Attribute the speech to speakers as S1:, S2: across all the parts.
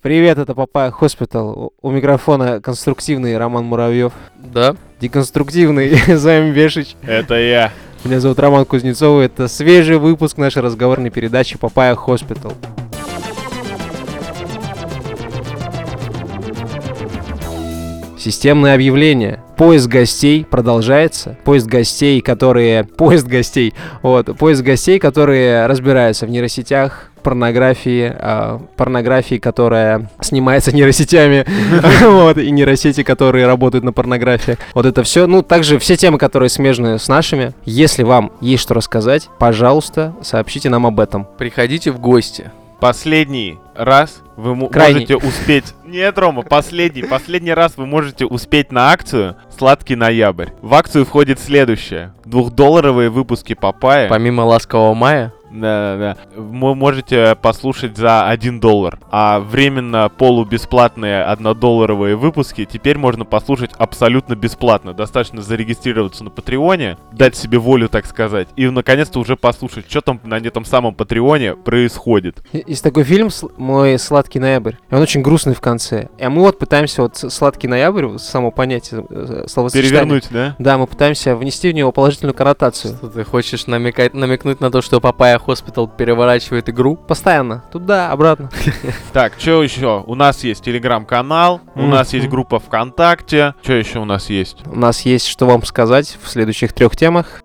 S1: Привет, это Папа Хоспитал. У у микрофона конструктивный Роман Муравьев.
S2: Да.
S1: Деконструктивный Займ Вешич.
S3: Это я.
S1: Меня зовут Роман Кузнецов. Это свежий выпуск нашей разговорной передачи Папая Хоспитал. Системное объявление. Поезд гостей продолжается. Поезд гостей, которые... Поезд гостей. Вот. Поезд гостей, которые разбираются в нейросетях, порнографии, а, порнографии, которая снимается нейросетями, вот, и нейросети, которые работают на порнографии. Вот это все. Ну, также все темы, которые смежны с нашими. Если вам есть что рассказать, пожалуйста, сообщите нам об этом.
S2: Приходите в гости.
S3: Последний раз вы му-
S1: Крайний.
S3: можете успеть... Нет, Рома, последний. Последний раз вы можете успеть на акцию «Сладкий ноябрь». В акцию входит следующее. Двухдолларовые выпуски Папая.
S2: Помимо ласкового мая.
S3: Да-да-да. Вы можете послушать за 1 доллар. А временно полубесплатные 1-долларовые выпуски теперь можно послушать абсолютно бесплатно. Достаточно зарегистрироваться на Патреоне, дать себе волю, так сказать, и наконец-то уже послушать, что там на этом самом Патреоне происходит.
S1: Е- Есть такой фильм сл- «Мой сладкий ноябрь». И он очень грустный в конце. А мы вот пытаемся вот с- «сладкий ноябрь», вот само понятие, э, словосочетание.
S3: Перевернуть, да?
S1: Да, мы пытаемся внести в него положительную коннотацию.
S2: Что ты хочешь намекать, намекнуть на то, что Папая Хоспитал переворачивает игру?
S1: Постоянно. Туда, обратно.
S3: Так, что еще? У нас есть телеграм-канал, у
S1: Мгм.
S3: нас есть группа ВКонтакте. Что еще у нас есть?
S1: У нас есть что вам сказать в следующих трех темах.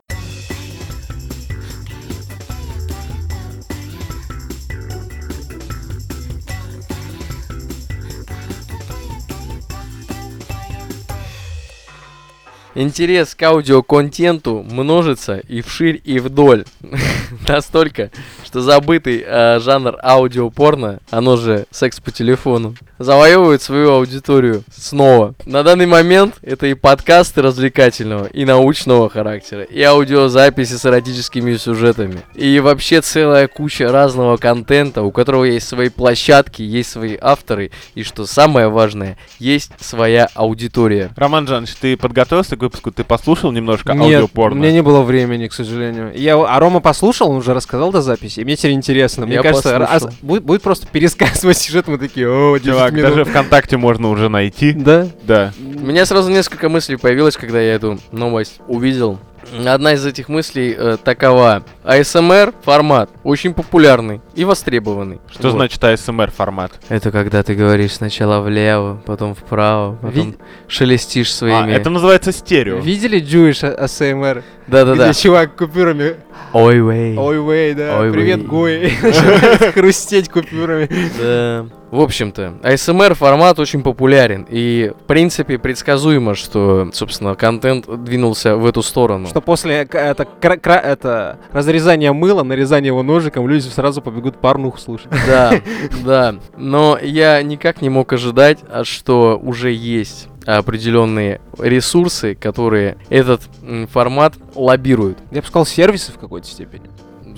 S2: Интерес к аудиоконтенту множится и вширь, и вдоль. Настолько, что забытый э, жанр аудиопорно, оно же секс по телефону, завоевывает свою аудиторию снова. На данный момент это и подкасты развлекательного и научного характера, и аудиозаписи с эротическими сюжетами, и вообще целая куча разного контента, у которого есть свои площадки, есть свои авторы, и что самое важное, есть своя аудитория.
S3: Роман Жанович, ты подготовился к выпуску? Ты послушал немножко
S1: Нет,
S3: аудиопорно?
S1: у меня не было времени, к сожалению. Я, а Рома послушал, он уже рассказал до записи, и мне теперь интересно. Мне
S2: Я
S1: кажется,
S2: послушал.
S1: раз- будет, будет просто пересказывать сюжет, мы такие, о, 10
S3: Чувак,
S1: минут».
S3: даже ВКонтакте можно уже найти.
S1: Да?
S3: Да.
S2: У меня сразу несколько мыслей появилось, когда я эту новость увидел. Одна из этих мыслей э, такова. АСМР формат очень популярный и востребованный.
S3: Что
S2: Вот.
S3: значит ASMR формат?
S2: Это когда ты говоришь сначала влево, потом вправо, потом
S1: Ви-
S2: шелестишь
S3: А,
S2: своими.
S3: это называется стерео.
S1: Видели Jewish ASMR?
S2: Да-да-да.
S1: Где чувак купюрами
S2: Ой, вей.
S1: Ой, вей, да.
S2: Ой,
S1: Привет,
S2: вей.
S1: Гой. Начинает хрустеть купюрами.
S2: Да. В общем-то, А ASMR формат очень популярен. И, в принципе, предсказуемо, что, собственно, контент двинулся в эту сторону.
S1: Что после к- это, кра- кра- это разрезания мыла, нарезания его ножиком, люди сразу побегут порнуху слушать.
S2: Да, да. Но я никак не мог ожидать, а, что уже есть определенные ресурсы, которые этот м, формат лоббируют.
S1: Я бы сказал, сервисы в какой-то степени.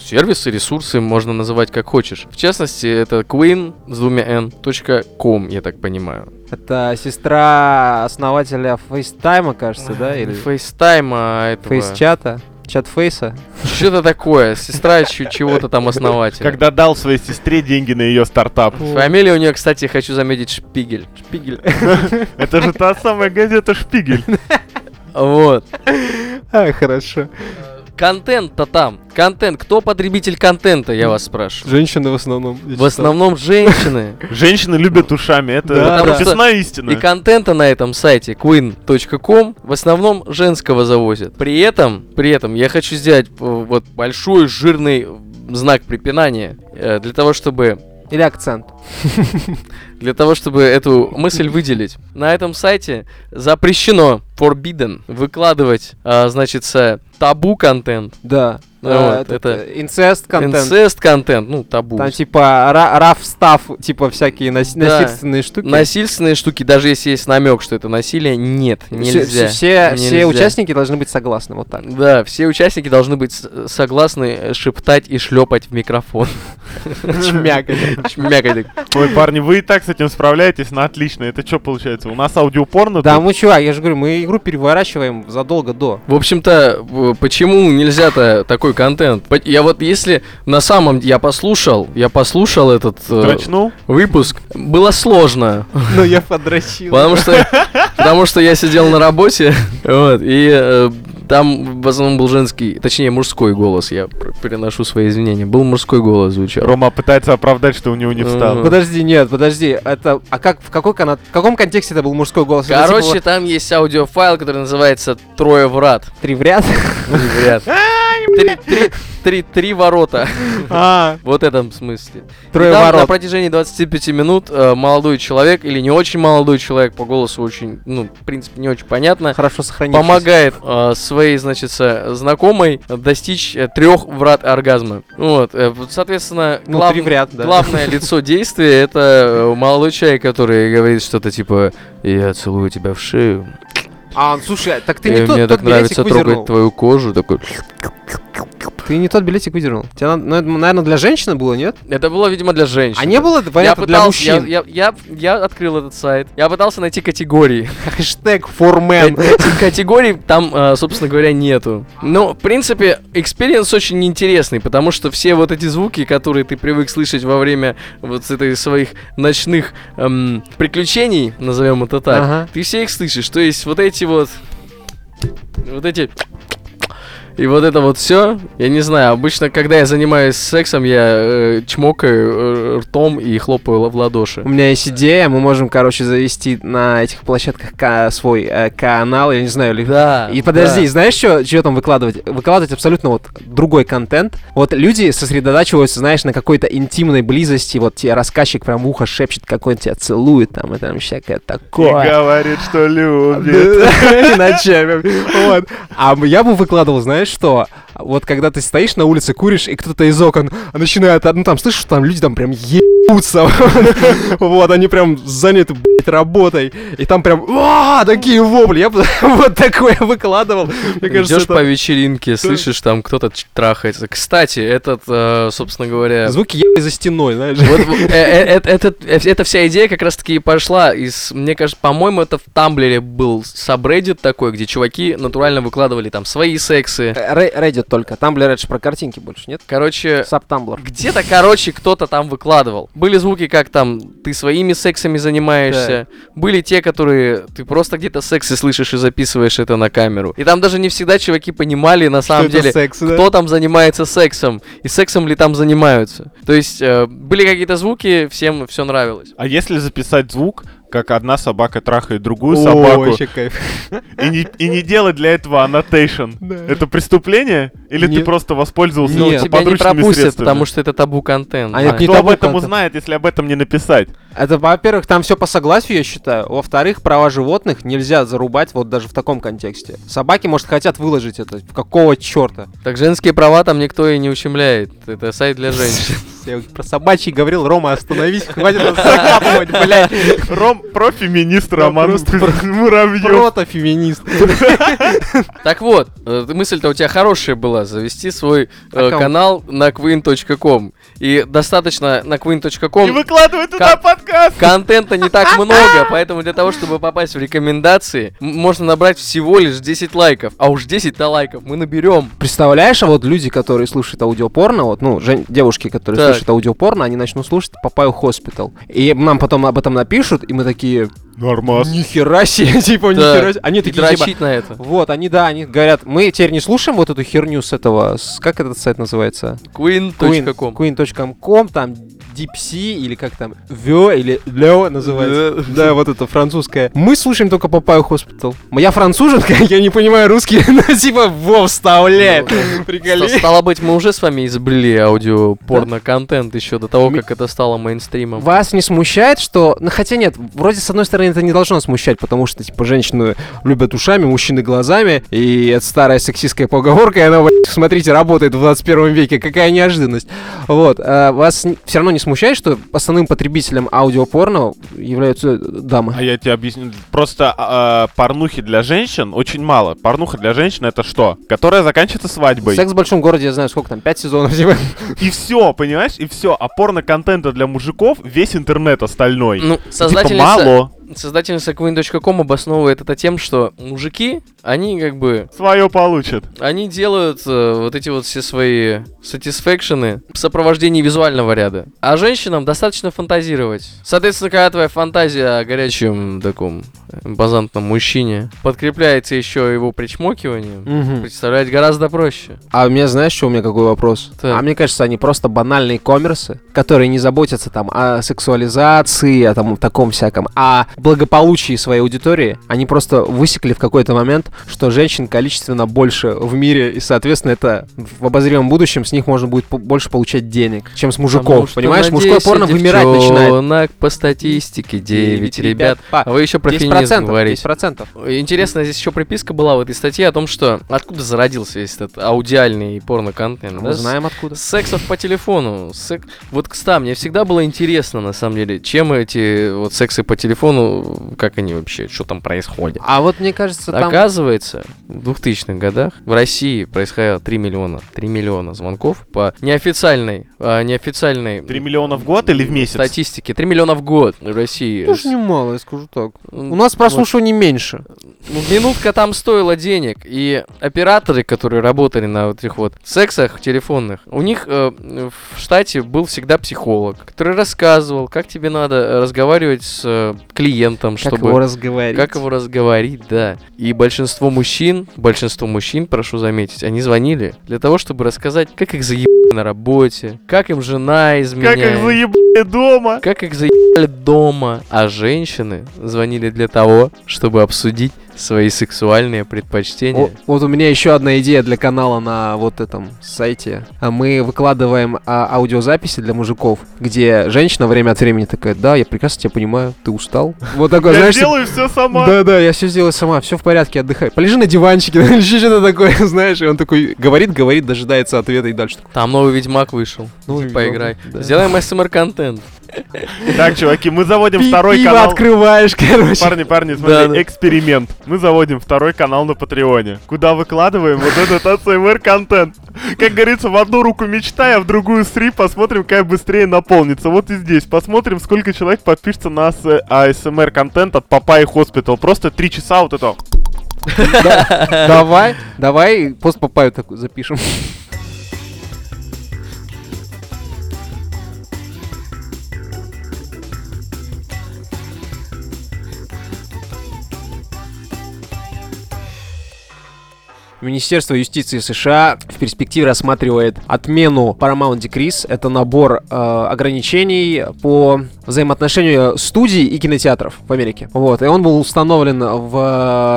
S2: Сервисы, ресурсы можно называть как хочешь. В частности, это queen с двумя n точка .com, я так понимаю.
S1: Это сестра основателя фейстайма, кажется, да? Или
S2: FaceTime, а этого...
S1: фейс-чата? Чат фейса?
S2: Что-то такое, сестра еще чего-то там основателя.
S3: Когда дал своей сестре деньги на ее стартап.
S2: Фамилия у нее, кстати, хочу заметить, Шпигель.
S1: Шпигель.
S3: Это же та самая газета «Шпигель».
S2: Вот.
S1: А, хорошо.
S2: Контент-то там. Контент. Кто потребитель контента, я вас спрашиваю?
S1: Женщины в основном. я
S2: В
S1: читал.
S2: основном женщины.
S3: Женщины любят ушами,
S1: Да,
S3: это
S2: потому что-
S3: прописная
S2: И
S3: истина.
S2: контента на этом сайте queen.com в основном женского завозят. При этом, при этом я хочу сделать э, вот большой жирный знак препинания э, для того, чтобы
S1: Или акцент.
S2: для того, чтобы эту мысль выделить. На этом сайте запрещено, forbidden, выкладывать, а, значится, табу контент,
S1: Да.
S2: Ну
S1: А,
S2: вот,
S1: этот,
S2: это-
S1: э, Инцест контент.
S2: инцест контент, ну табу.
S1: Там типа раф став, типа всякие нас-
S2: Да.
S1: насильственные штуки.
S2: Насильственные штуки, даже если есть намек, что это насилие, нет,
S1: Все-
S2: нельзя.
S1: Все, все,
S2: Нельзя.
S1: участники должны быть согласны, вот так.
S2: Да, все участники должны быть с- согласны э, шептать и шлепать в микрофон.
S1: Чмякать.
S2: Чмякать так.
S3: Ой, парни, вы и так с этим справляетесь, на отлично. Это что получается? У нас аудиопорно?
S1: Да,
S3: тут?
S1: мы, чувак, я же говорю, мы игру переворачиваем задолго до.
S2: В общем-то, в- почему нельзя-то такой контент? По- Я вот если на самом я послушал, я послушал этот э,
S3: Дрочнул?
S2: выпуск, было сложно,
S1: Но я подрочил.
S2: потому что потому что я сидел на работе, вот и э, там в основном был женский, точнее мужской голос. Я пр- переношу свои извинения. Был мужской голос звучал.
S3: Рома пытается оправдать, что у него не встал.
S2: Мгм.
S1: Подожди, нет, подожди. Это, а как, в какой канат, в каком контексте это был мужской голос? Это
S2: Короче,
S1: типа
S2: там есть аудиофайл, который называется «Трое врат».
S1: вот три в ряд.
S2: Вряд. Три- три- Три три ворота.
S3: А,
S2: Вот этом смысле.
S1: Трое
S2: И там На
S1: ворот.
S2: протяжении 25 минут э, молодой человек или не очень молодой человек, по голосу очень, ну, в принципе, не очень понятно,
S1: Хорошо сохранились.
S2: помогает э, своей, значит, со- знакомой достичь э, трех врат оргазма. Вот, э, вот, соответственно,
S1: Ну,
S2: глав-
S1: три в ряд, да.
S2: главное лицо действия это э, молодой человек, который говорит что-то типа «Я целую тебя в шею».
S1: А, слушай, так ты
S2: «Э,
S1: не тот,
S2: мне
S1: тот
S2: так нравится
S1: билетик выдернул.
S2: трогать твою кожу. Такой.
S1: Ты не тот билетик выдернул. Тебе надо, ну, это, наверное, для женщины было, нет?
S2: Это было, видимо, для женщин.
S1: А не было
S2: я
S1: варианта для
S2: пытался, я,
S1: мужчин?
S2: я, я, я открыл этот сайт. Я пытался найти категории.
S1: Хэштег for men.
S2: Эти Категорий там, э, собственно говоря, нету. Но, в принципе, экспириенс очень интересный, потому что все вот эти звуки, которые ты привык слышать во время вот с этой своих ночных эм, приключений, назовем это так,
S1: Ага.
S2: ты все их слышишь. То есть вот эти вот... Вот эти... И вот это вот все, я не знаю, обычно, когда я занимаюсь сексом, я э, чмокаю э, ртом и хлопаю л- в ладоши.
S1: У меня есть идея, мы можем, короче, завести на этих площадках ка- свой э, канал, я не знаю, или
S2: Да.
S1: И подожди,
S2: да.
S1: знаешь, что, там выкладывать? Выкладывать абсолютно вот другой контент. Вот люди сосредотачиваются, знаешь, на какой-то интимной близости. Вот тебе рассказчик прям в ухо шепчет, какой он тебя целует там, и там всякое
S3: и
S1: такое.
S3: говорит, что любит.
S1: Да, Иначе. Вот. А м- я бы выкладывал, знаешь что? Вот когда ты стоишь на улице, куришь, и кто-то из окон начинает, ну там слышишь, что там люди там прям ебутся. Вот, они прям заняты, блядь, работой. И там прям «Ааа!» такие вопли. Я бы вот такое выкладывал. Мне кажется,
S2: Идешь по
S1: это-
S2: вечеринке, слышишь, там кто-то ч- трахается. Кстати, этот, э, собственно говоря...
S1: звуки ебы за стеной, знаешь.
S2: вот в- э, э, э, этот- э, Эта вся идея как раз-таки и пошла из... Мне кажется, по-моему, это в Тамблере был сабреддит такой, где чуваки натурально выкладывали там свои сексы.
S1: Реддит только. Тамблер это же про картинки больше, нет?
S2: Короче,
S1: Сабтамблер.
S2: где-то, короче, кто-то там выкладывал. Были звуки, как там ты своими сексами занимаешься. Были те, которые ты просто где-то сексы слышишь и записываешь это на камеру. И там даже не всегда чуваки понимали на самом деле,
S1: секс, да?
S2: кто там занимается сексом и сексом ли там занимаются. То есть э, были какие-то звуки, всем все нравилось.
S3: А если записать звук, как одна собака трахает другую
S1: О,
S3: собаку,
S1: вообще кайф.
S3: и не, и не делать для этого аннотейшн,
S1: Да.
S3: это преступление? Или ты
S1: Нет.
S3: просто воспользовался
S1: Ну,
S2: Нет,
S1: Нет.
S2: тебя не
S3: подручными
S2: пропустят,
S3: средствами?
S2: потому что это табу контент.
S1: А я
S2: да.
S1: не
S3: Кто об
S1: того
S3: этом
S1: как-то.
S3: узнает, если об этом не написать?
S1: Это, во-первых, там все по согласию, я считаю. Во-вторых, права животных нельзя зарубать вот даже в таком контексте. Собаки, может, хотят выложить это. Какого черта?
S2: Так женские права там никто и не ущемляет. Это сайт для женщин.
S1: Я про собачий говорил, Рома, остановись, хватит нас закапывать, блядь.
S3: Ром, профеминист
S1: Да,
S3: Роман
S1: просто про-
S3: Муравьев.
S1: Протофеминист.
S2: Так вот, э, мысль-то у тебя хорошая была, завести свой э,
S1: Аккаунт.
S2: канал на queen.com. И достаточно на
S3: Не
S2: queen.com
S3: выкладывай туда
S2: Ка-
S3: подкаст!
S2: контента не так много, поэтому для того, чтобы попасть в рекомендации, м- можно набрать всего лишь 10 лайков. А уж 10-то лайков мы наберем.
S1: Представляешь, а вот люди, которые слушают аудиопорно, вот, ну, жен- девушки, которые
S2: Так.
S1: слушают аудиопорно, они начнут слушать Папаю Хоспитал. И нам потом об этом напишут, и мы такие,
S3: Нормас.
S1: нихера себе, типа, нихера себе. Они
S2: И
S1: такие, типа,
S2: дрочить на это.
S1: вот, они, да, они говорят, мы теперь не слушаем вот эту херню с этого, с- как этот сайт называется? Queen-
S2: Queen.com.
S1: Queen.com, там DPC или как там, Вё или Лео называется. Да, вот это французское. Мы слушаем только Папаю Хоспитал. Я француженка, я не понимаю русский, но типа во вставляет.
S2: Ста-
S1: Приколи.
S2: Стало быть, мы уже с вами изобрели аудио-порно-контент еще до того, как это стало мейнстримом.
S1: Вас не смущает, что... Ну, хотя нет, вроде, с одной стороны, это не должно смущать, потому что, типа, женщины любят ушами, мужчины глазами, и это старая сексистская поговорка, и она, блядь, смотрите, работает в 21 веке, какая неожиданность. Вот, а вас все равно не смущает, что основным потребителем аудиопорно являются дамы?
S3: А я тебе объясню. Просто а, а, порнухи для женщин очень мало. Порнуха для женщин это что? Которая заканчивается свадьбой.
S1: Секс в большом городе, я знаю, сколько там, пять сезонов. типа.
S3: И все, понимаешь? И все. А порно-контента для мужиков весь интернет остальной.
S2: Ну,
S3: типа
S2: создательница,
S3: мало.
S2: создательница Queen.com обосновывает это тем, что мужики, они как бы
S3: Свое получат.
S2: Они делают э, вот эти вот все свои сатисфекшены в сопровождении визуального ряда. А женщинам достаточно фантазировать. Соответственно, когда твоя фантазия о горячем таком базантном мужчине подкрепляется еще его причмокиванием, представлять гораздо проще.
S1: А у меня, знаешь, что у меня какой вопрос?
S2: Так.
S1: А мне кажется, они просто банальные коммерсы, которые не заботятся там о сексуализации, о там таком всяком, о благополучии своей аудитории. Они просто высекли в какой-то момент, что женщин количественно больше в мире, и, соответственно, это в обозримом будущем с них можно будет по- больше получать денег, чем с
S2: Потому
S1: мужиков.
S2: что
S1: Понимаешь,
S2: на
S1: мужское
S2: 10
S1: порно вымирать начинает.
S2: девчонок По статистике 9 ребят. А
S1: Па,
S2: вы еще про
S1: 10%,
S2: феминизм говорите.
S1: 10%.
S2: Интересно, здесь еще приписка была в этой статье о том, что откуда зародился весь этот аудиальный порно-контент.
S1: Мы
S2: да?
S1: знаем откуда.
S2: Сексов по телефону. Сек- Вот, кстати, мне всегда было интересно, на самом деле, чем эти вот сексы по телефону, как они вообще, что там происходит.
S1: А вот мне кажется, там...
S2: Оказывается, в 2000-х годах в России происходило 3 миллиона, 3 миллиона звонков по неофициальной, а, неофициальной
S3: 3 миллиона в год или в месяц?
S2: статистике. 3 миллиона в год в России.
S1: Тоже немало, я скажу так.
S2: М,
S1: У нас прослушиваний меньше.
S2: Ну, минутка там стоила денег, и операторы, которые работали на вот этих вот сексах телефонных, у них э, в штате был всегда психолог, который рассказывал, как тебе надо э, разговаривать с э, клиентом,
S1: Как
S2: чтобы
S1: его разговорить?
S2: как его разговорить, да. И большинство мужчин, большинство мужчин, прошу заметить, они звонили для того, чтобы рассказать, как их заебали на работе, как им жена изменяет.
S3: Как их заебали дома?
S2: Как их заебали дома, а женщины звонили для того, чтобы обсудить свои сексуальные предпочтения.
S1: О, вот у меня еще одна идея для канала на вот этом сайте. А Мы выкладываем а, аудиозаписи для мужиков, где женщина время от времени такая, да, я прекрасно тебя понимаю, ты устал. Вот такой,
S3: Я
S1: знаешь,
S3: делаю все сама.
S1: да, да, я все сделаю сама, все в порядке, отдыхай. Полежи на диванчике, или еще что-то такое, знаешь, и он такой говорит, говорит, дожидается ответа и дальше такой,
S2: Там новый Ведьмак вышел.
S1: ну и
S2: Типа, Поиграй.
S1: да.
S2: Сделаем СМР-контент.
S3: Так, чуваки, мы заводим
S1: Пи-
S3: второй
S1: пиво
S3: канал.
S1: открываешь, короче.
S3: Парни, парни,
S2: Да, да.
S3: смотри, эксперимент. Мы заводим второй канал на Патреоне, куда выкладываем вот этот АСМР-контент. Как говорится, в одну руку мечтай, а в другую сри, посмотрим, какая быстрее наполнится. Вот и здесь, посмотрим, сколько человек подпишется на АСМР-контент от Папайи Хоспитал. Просто три часа вот это.
S1: Да, Давай, давай, пост попаю такой запишем. Министерство юстиции США в перспективе рассматривает отмену Paramount Decrease. Это набор э, ограничений по взаимоотношению студий и кинотеатров в Америке. Вот. И он был установлен в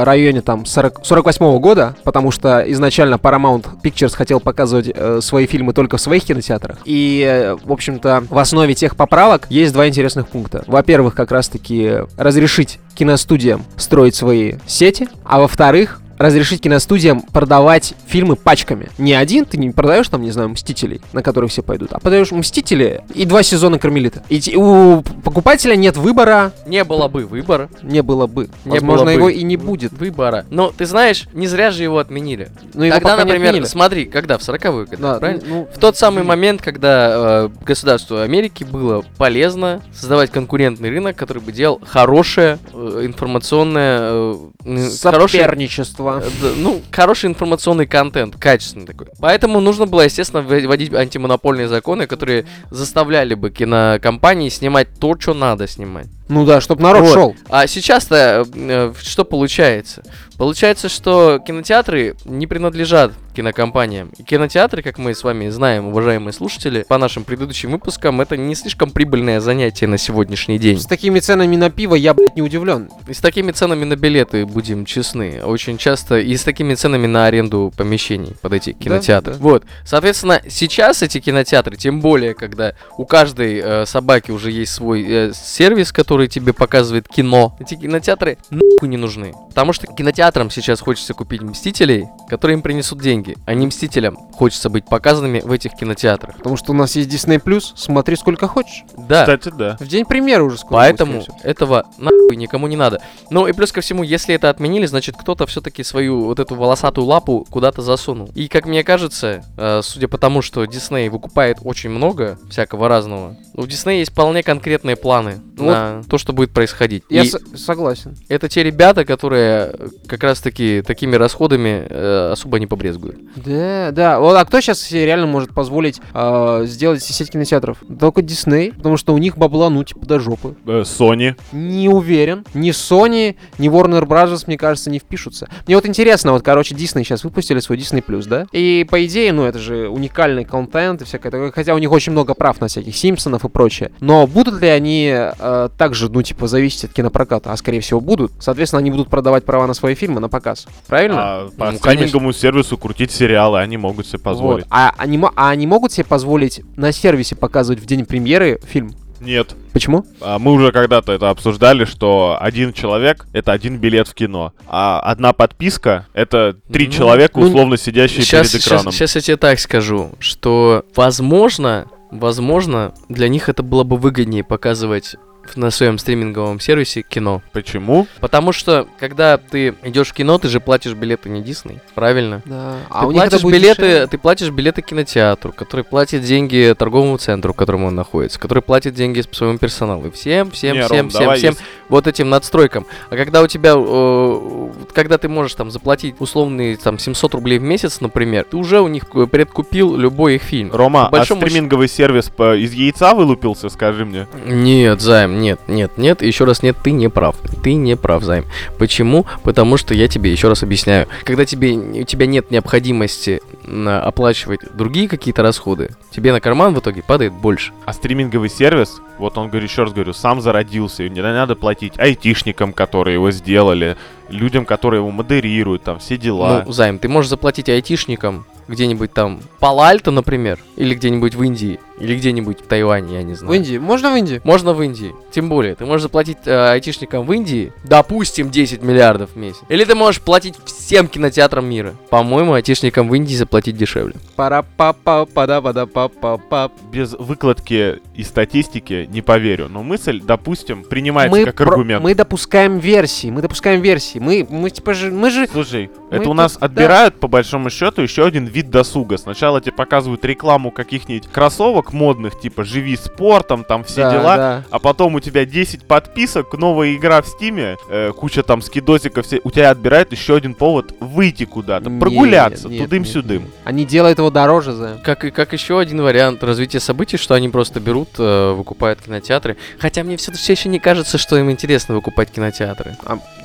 S1: э, районе там 40, 48 года, потому что изначально Paramount Pictures хотел показывать э, свои фильмы только в своих кинотеатрах. И, э, в общем-то, в основе тех поправок есть два интересных пункта. Во-первых, как раз-таки разрешить киностудиям строить свои сети, а во-вторых, разрешить киностудиям продавать фильмы пачками. Не один, ты не продаешь там, не знаю, Мстителей, на которые все пойдут, а продаешь Мстители и два сезона Кармелита. И те- у покупателя нет выбора,
S2: Не было бы выбора.
S1: не было бы.
S2: Не
S1: Возможно,
S2: было бы.
S1: его и не будет.
S2: Выбора. Но ты знаешь, не зря же его отменили.
S1: Ну, его
S2: Тогда,
S1: пока не
S2: например,
S1: отменили.
S2: смотри, когда? В 40-е годы,
S1: Да,
S2: правильно?
S1: ну,
S2: В тот самый момент, когда э, государству Америки было полезно создавать конкурентный рынок, который бы делал хорошее э, информационное, э, н- хорошее,
S1: соперничество.
S2: э, д- ну хороший информационный контент, качественный такой. Поэтому нужно было, естественно, вве- вводить антимонопольные законы, которые заставляли бы кинокомпании снимать то, что надо снимать.
S1: Ну да, чтобы народ
S2: Вот.
S1: шел.
S2: А сейчас-то э, что получается? Получается, что кинотеатры не принадлежат кинокомпаниям. И кинотеатры, как мы с вами знаем, уважаемые слушатели, по нашим предыдущим выпускам, это не слишком прибыльное занятие на сегодняшний день.
S1: С такими ценами на пиво я, блядь, не удивлен.
S2: И с такими ценами на билеты, будем честны, очень часто и с такими ценами на аренду помещений под эти кинотеатры.
S1: да.
S2: Вот, соответственно, сейчас эти кинотеатры, тем более, когда у каждой э, собаки уже есть свой э, сервис, который тебе показывает кино, эти кинотеатры нахуй не нужны, потому что кинотеатр Кинотеатрам сейчас хочется купить Мстителей, которые им принесут деньги, а не Мстителям хочется быть показанными в этих кинотеатрах.
S1: Потому что у нас есть Disney+, смотри сколько хочешь.
S2: Да.
S3: Кстати, да.
S1: В день премьеры уже скоро. будет,
S2: Поэтому
S1: скорее всего.
S2: этого нахуй никому не надо. Ну и плюс ко всему, если это отменили, значит кто-то все-таки свою вот эту волосатую лапу куда-то засунул. И как мне кажется, э, судя по тому, что Дисней выкупает очень много всякого разного, у Диснея есть вполне конкретные планы
S1: Ну
S2: на то, что будет происходить.
S1: Я
S2: И
S1: со- согласен.
S2: это те ребята, которые э, как раз-таки такими расходами э, особо не побрезгуют.
S1: Да, да. Вот, а кто сейчас себе реально может позволить э, сделать сеть кинотеатров? Только Дисней, потому что у них бабла, ну, типа, до жопы.
S3: Э, Sony.
S1: Не уверен. Ни Sony, ни Warner Bros., мне кажется, не впишутся. Мне вот интересно, вот, короче, Disney сейчас выпустили свой Disney+, да? И, по идее, ну, это же уникальный контент и всякое такое. Хотя у них очень много прав на всяких Симпсонов и прочее. Но будут ли они э, также, ну, типа, зависеть от кинопроката? А, скорее всего, будут. Соответственно, они будут продавать права на свои фильмы на показ. Правильно?
S3: А по
S2: Ну, конечно.
S3: стриминговому сервису крутить сериалы они могут себе позволить.
S1: Вот. А, они, мо- а они могут себе позволить на сервисе показывать в день премьеры фильм?
S3: Нет.
S1: Почему?
S3: А Мы уже когда-то это обсуждали, что один человек — это один билет в кино, а одна подписка — это три
S2: Ну,
S3: человека,
S1: ну,
S3: условно сидящие
S2: Сейчас,
S3: перед
S2: сейчас,
S3: экраном.
S2: сейчас я тебе так скажу, что возможно, возможно, для них это было бы выгоднее показывать в- на своем стриминговом сервисе кино.
S3: Почему?
S2: Потому что, когда ты идешь в кино, ты же платишь билеты не Дисней, правильно?
S1: Да.
S2: ты платишь билеты, ты платишь билеты кинотеатру, который платит деньги торговому центру, в котором он находится, который платит деньги своему персоналу. И всем, всем,
S3: Не,
S2: всем,
S3: Ром,
S2: всем,
S3: давай,
S2: всем
S3: если-
S2: вот этим надстройкам. А когда у тебя, э, вот когда ты можешь там заплатить условные там 700 рублей в месяц, например, ты уже у них э, предкупил любой их фильм.
S3: Рома,
S2: По
S3: а
S2: большому
S3: стриминговый сервис по- из яйца вылупился, скажи мне?
S2: Нет, Займ, нет, нет, нет, еще раз нет, ты не прав. Ты не прав, Займ. Почему? Потому что я тебе еще раз объясняю. Когда тебе, у тебя нет необходимости м, оплачивать другие какие-то расходы, тебе на карман в итоге падает больше.
S3: А стриминговый сервис, вот он, говорю, еще раз говорю, сам зародился, и не надо платить айтишникам, которые его сделали, людям, которые его модерируют, там, все дела.
S2: Ну, Займ, ты можешь заплатить айтишникам где-нибудь там Палальто, например, или где-нибудь в Индии, или где-нибудь в Тайване, я не знаю.
S1: В Индии. Можно в Индии?
S2: Можно в Индии. Тем более, ты можешь заплатить э, айтишникам в Индии, допустим, 10 миллиардов в месяц. Или ты можешь платить всем кинотеатрам мира. По-моему, айтишникам в Индии заплатить дешевле.
S1: пара па па па да па да па па па
S3: Без выкладки и статистики не поверю, но мысль, допустим, принимается как
S1: про-
S3: аргумент.
S1: мы допускаем версии, мы допускаем версии. Мы, мы типа же, мы же...
S3: Слушай,
S1: Мы
S3: это у
S1: тут-
S3: нас
S1: да.
S3: отбирают, по большому счету, еще один вид досуга. Сначала тебе показывают рекламу каких-нибудь кроссовок модных, типа «Живи спортом», там все
S1: Да,
S3: дела.
S1: да.
S3: А потом у тебя 10 подписок, новая игра в Стиме, э, куча там скидосиков, все, у тебя отбирают еще один повод выйти куда-то,
S1: Нет,
S3: прогуляться,
S1: нет,
S3: тудым-сюдым.
S1: нет. Они делают его дороже за...
S2: Как, и- как еще один вариант развития событий, что они просто берут, э, выкупают кинотеатры. Хотя мне все, еще не кажется, что им интересно выкупать кинотеатры.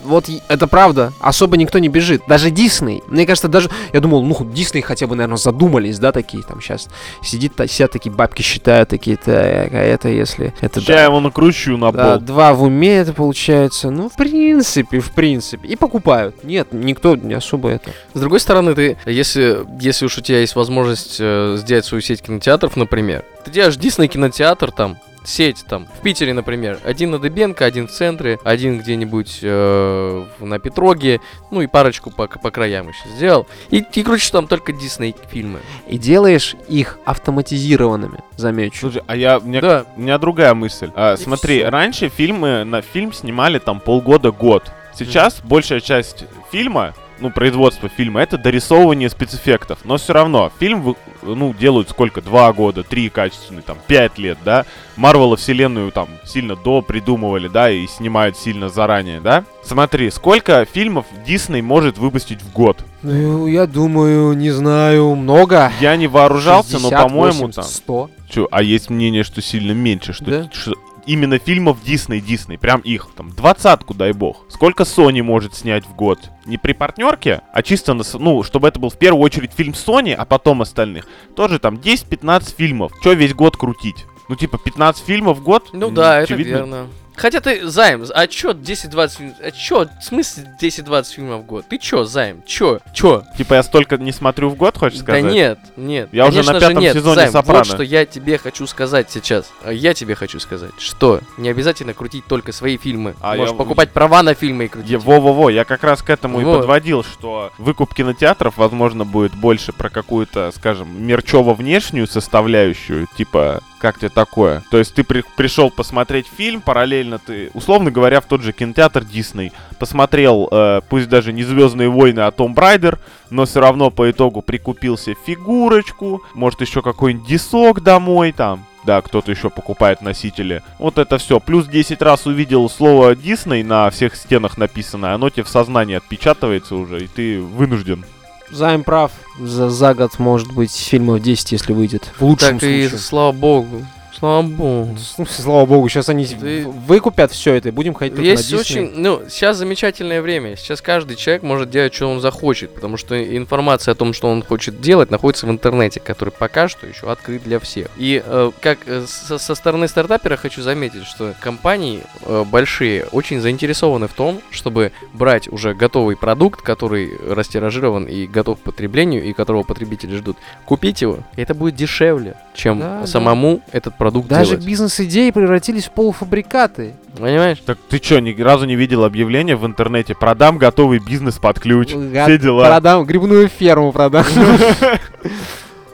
S1: Вот и- это правда. Особо никто не бежит. Даже Дисней. Мне кажется, даже... Я думал, ну, Дисней хотя бы, наверное, задумались, да, такие там сейчас. Сидит, та- сидят такие бабки считают, такие, так, а это если... Это
S3: Сейчас я его накручу на
S1: Да,
S3: болт.
S1: два в уме это получается. Ну, в принципе, в принципе. И покупают. Нет, никто не особо это.
S2: С другой стороны, ты, если, если уж у тебя есть возможность э, сделать свою сеть кинотеатров, например, ты делаешь Дисней кинотеатр там, сеть там, в Питере, например, один на Дыбенко, один в центре, один где-нибудь э, в- на Петроге, ну и парочку по, по краям еще сделал, и, и крутишь там только Дисней фильмы.
S1: И делаешь их автоматизированными, замечу.
S3: Слушай, а я, мне
S2: Да,
S3: У меня другая мысль. А,
S2: И
S3: смотри,
S2: всё.
S3: раньше фильмы на фильм снимали там полгода-год. Сейчас большая часть фильма, ну, производство фильма, это дорисовывание спецэффектов. Но все равно, фильм, вы- ну, делают сколько? Два года, три качественные, там, пять лет, да? Марвела вселенную там сильно допридумывали, да, и снимают сильно заранее, да? Смотри, сколько фильмов Дисней может выпустить в год?
S1: Ну, я думаю, не знаю, много. ну,
S3: Я не вооружался, но,
S1: 60,
S3: по-моему,
S1: 80,
S3: там...
S1: 100.
S3: Чё, а есть мнение, что сильно меньше, что,
S1: Да?
S3: что именно фильмов Дисней, Дисней, прям их, там, двадцатку, дай бог. Сколько Sony может снять в год? Не при партнерке, а чисто, на, с- ну, чтобы это был в первую очередь фильм Sony, а потом остальных. Тоже там 10-15 фильмов. Чё весь год крутить? Ну, типа, 15 фильмов в год?
S2: ну
S3: М,
S2: да, это
S3: очевидно,
S2: верно. Хотя ты, Займ, а чё 10-20 фильмов? А чё, в смысле 10-20 фильмов в год? Ты чё, Займ, чё? Чё?
S3: Типа я столько не смотрю в год, хочешь сказать?
S2: Да нет, нет.
S3: Я уже на
S2: Конечно же
S3: пятом
S2: нет,
S3: сезоне
S2: Займ,
S3: «Сопрано».
S2: Вот что я тебе хочу сказать сейчас. А Я тебе хочу сказать, что не обязательно крутить только свои фильмы.
S3: А
S2: Можешь
S3: я-
S2: покупать права на фильмы и крутить.
S3: Е, Во-во-во, я как раз к этому и
S2: Вот.
S3: подводил, что выкуп кинотеатров, возможно, будет больше про какую-то, скажем, мерчово-внешнюю составляющую, типа, как тебе такое? То есть ты при- пришел посмотреть фильм, параллельно ты, условно говоря, в тот же кинотеатр Дисней, посмотрел, э, пусть даже не «Звездные войны», а «Том Брайдер», но все равно по итогу прикупился фигурочку, может еще какой-нибудь дисок домой там. Да, кто-то еще покупает носители. Вот это все. Плюс 10 раз увидел слово Дисней на всех стенах написано, оно тебе в сознании отпечатывается уже, и ты вынужден.
S1: Займ прав. За, за год, может быть, фильмов 10, если выйдет. В лучшем
S2: Так и
S1: случае.
S2: слава богу. Слава богу.
S1: Ну, Слава богу, сейчас они
S2: Ты-
S1: выкупят все это и будем ходить только
S2: Есть
S1: на Disney.
S2: очень, ну, сейчас замечательное время. Сейчас каждый человек может делать, что он захочет, потому что информация о том, что он хочет делать, находится в интернете, который пока что еще открыт для всех. И э, как э, со, со стороны стартапера хочу заметить, что компании э, большие очень заинтересованы в том, чтобы брать уже готовый продукт, который растиражирован и готов к потреблению, и которого потребители ждут, купить его. И это будет дешевле, чем
S1: Да, да.
S2: самому этот продукт
S1: Даже
S2: делать.
S1: бизнес-идеи превратились в полуфабрикаты.
S2: Понимаешь?
S3: Так ты что, ни разу не видел объявление в интернете? Продам готовый бизнес под ключ.
S1: Га-
S3: Все дела.
S1: Продам грибную ферму продам.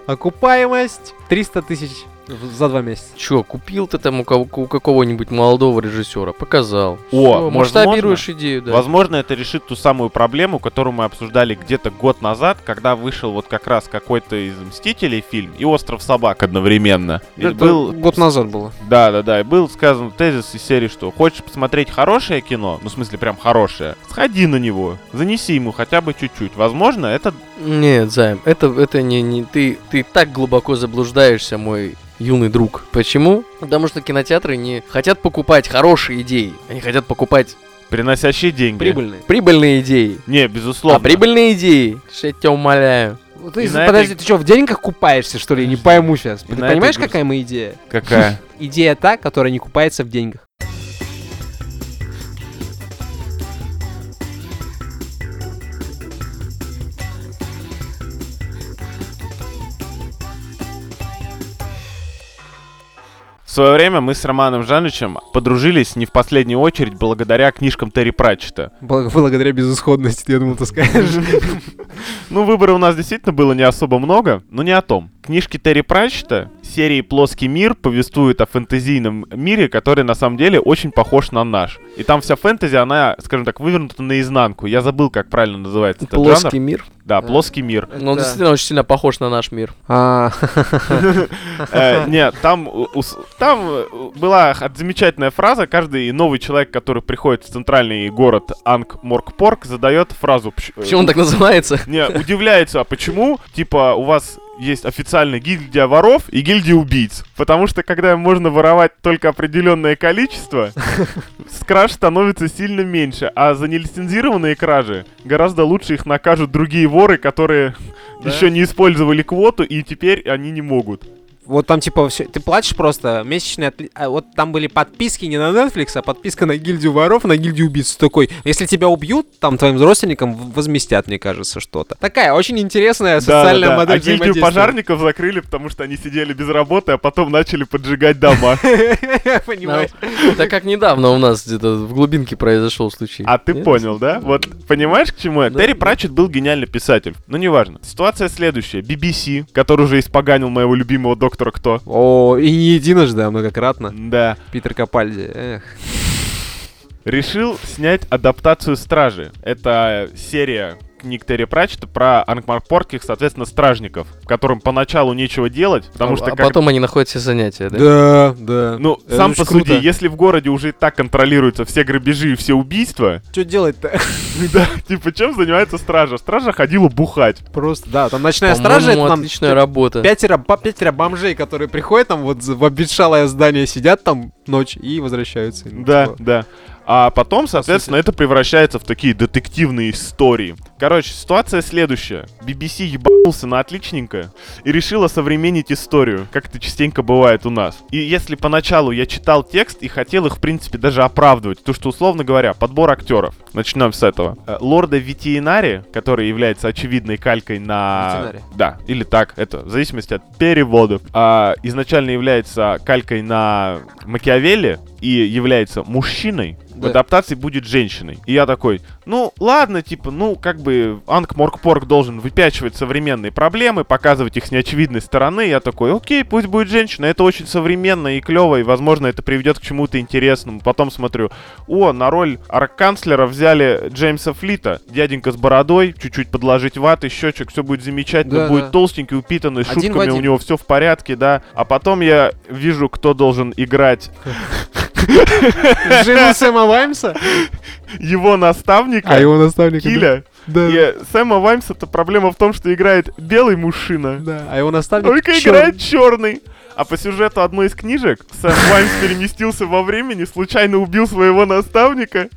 S1: Окупаемость 300 тысяч в- за два месяца.
S2: Чё, купил ты там у, кого- у какого-нибудь молодого режиссера, показал.
S3: О,
S2: Всё,
S3: возможно,
S2: масштабируешь идею, да.
S3: Возможно, это решит ту самую проблему, которую мы обсуждали где-то год назад, когда вышел вот как раз какой-то из «Мстителей» фильм и «Остров собак» одновременно. И
S1: Это
S3: был
S1: год назад было.
S3: Да, да, да. И был сказан тезис из серии, что хочешь посмотреть хорошее кино, ну в смысле прям хорошее, сходи на него, занеси ему хотя бы чуть-чуть. Возможно, это
S2: Нет, Займ, это, это не, не ты, ты так глубоко заблуждаешься, мой юный друг. Почему? Потому что кинотеатры не хотят покупать хорошие идеи, они хотят покупать
S3: приносящие деньги.
S1: Прибыльные.
S2: прибыльные идеи.
S3: Не, безусловно.
S2: А прибыльные идеи, что я тебя умоляю.
S1: Вот ты-
S3: И на
S1: подожди,
S3: этой-
S1: ты что, в деньгах купаешься, что ли? Я Не
S3: Подожди.
S1: пойму сейчас.
S3: И
S1: Ты
S3: на этой
S1: понимаешь,
S3: груз-
S1: какая мы идея?
S3: Какая?
S1: Идея та, которая не купается в деньгах.
S3: В свое время мы с Романом Жанычем подружились не в последнюю очередь благодаря книжкам Терри Пратчета.
S1: Бл- Благодаря безысходности, я думал, ты скажешь.
S3: Ну, выбора у нас действительно было не особо много, но не о том. Книжки Терри Пратчета серии «Плоский мир» повествуют о фэнтезийном мире, который на самом деле очень похож на наш. И там вся фэнтези, она, скажем так, вывернута наизнанку. Я забыл, как правильно называется этот жанр.
S2: Плоский мир.
S3: Да,
S1: Да.
S3: «Плоский мир».
S2: Но он
S1: Да.
S2: действительно очень сильно похож на наш мир.
S1: А,
S3: Э, Нет, там, у- ус- там э, была х- замечательная фраза. Каждый новый человек, который приходит в центральный город Анг-Моркпорг, задает фразу... пщ- э,
S2: Почему он так называется?
S3: Не, удивляется, а почему, типа, у вас есть официальная гильдия воров и гильдия убийц. Потому что, когда можно воровать только определенное количество, с краж становится сильно меньше, а за нелицензированные кражи гораздо лучше их накажут другие воры, которые
S2: Да.
S3: еще не использовали квоту, и теперь они не могут.
S1: Вот там типа все, ты платишь просто месячные, отли- а вот там были подписки не на Netflix, а подписка на гильдию воров, на гильдию убийц. Ты Такой, если тебя убьют, там твоим родственникам в- возместят, мне кажется, что-то. Такая очень интересная социальная
S3: Да-да-да.
S1: модель
S3: А гильдию
S1: взаимодействия.
S3: пожарников закрыли, потому что они сидели без работы, а потом начали поджигать дома.
S1: Понимаешь?
S2: Да как недавно у нас где-то в глубинке произошел случай.
S3: А ты
S2: Нет?
S3: понял, да? Вот понимаешь, к чему я?
S2: Да,
S3: Терри
S2: да.
S3: Пратчетт был гениальный писатель. Ну, неважно. Ситуация следующая. BBC, который уже испоганил моего любимого доктора Кто.
S1: О, и не единожды, а многократно.
S3: Да.
S1: Питер Капальди. Эх.
S3: Решил снять адаптацию «Стражи». Это серия книг Терри Пратчетта про ангмарпорских, соответственно, стражников, которым поначалу нечего делать, потому
S2: А-
S3: что
S2: а
S3: как-
S2: потом они находят все занятия, да?
S1: Да, да.
S3: Ну,
S1: Это
S3: сам
S1: очень
S3: посуди,
S1: круто.
S3: если в городе уже и так контролируются все грабежи и все убийства,
S1: Что делать-то?
S3: да, типа, чем занимается стража? Стража ходила бухать.
S1: Просто, да, там ночная
S2: По-моему,
S1: стража, это там
S2: отличная работа.
S1: пятеро, ба- пятеро бомжей, которые приходят там вот за- в обветшалое здание, сидят там ночь и возвращаются. И, ну,
S3: Да,
S1: типа,
S3: да. А потом, соответственно, это превращается в такие детективные истории. Короче, ситуация следующая. BBC ебанулся на отличненько и решила современнить историю, как это частенько бывает у нас. И если поначалу я читал текст и хотел их, в принципе, даже оправдывать, то что, условно говоря, подбор актеров. Начнем с этого. Э, Лорда Витиинари, который является очевидной калькой на...
S1: Витиинари.
S3: Да, или так, это в зависимости от переводов. А, изначально является калькой на Макиавелли и является мужчиной. В
S1: Да.
S3: адаптации будет женщиной. И я такой, ну ладно, типа, ну как бы Анг Морк Порк должен выпячивать современные проблемы, показывать их с неочевидной стороны. Я такой, окей, пусть будет женщина, это очень современно и клево, и возможно это приведет к чему-то интересному. Потом смотрю, о, на роль арканцлера взяли Джеймса Флита, дяденька с бородой, чуть-чуть подложить ваты, щечек, все будет замечательно,
S1: Да,
S3: будет
S1: да.
S3: толстенький, упитанный, с
S1: Один в
S3: шутками у
S1: один.
S3: него все в порядке, да. А потом я вижу, кто должен играть
S1: Жену Сэма Ваймса? А
S3: его наставника,
S1: его наставник...
S3: Киля.
S1: Да.
S3: И Сэма Ваймса-то проблема в том, что играет белый мужчина,
S1: Да, а его наставник...
S3: только
S1: чёрт.
S3: играет черный. А по сюжету одной из книжек Сэм Ваймс переместился во времени, случайно убил своего наставника,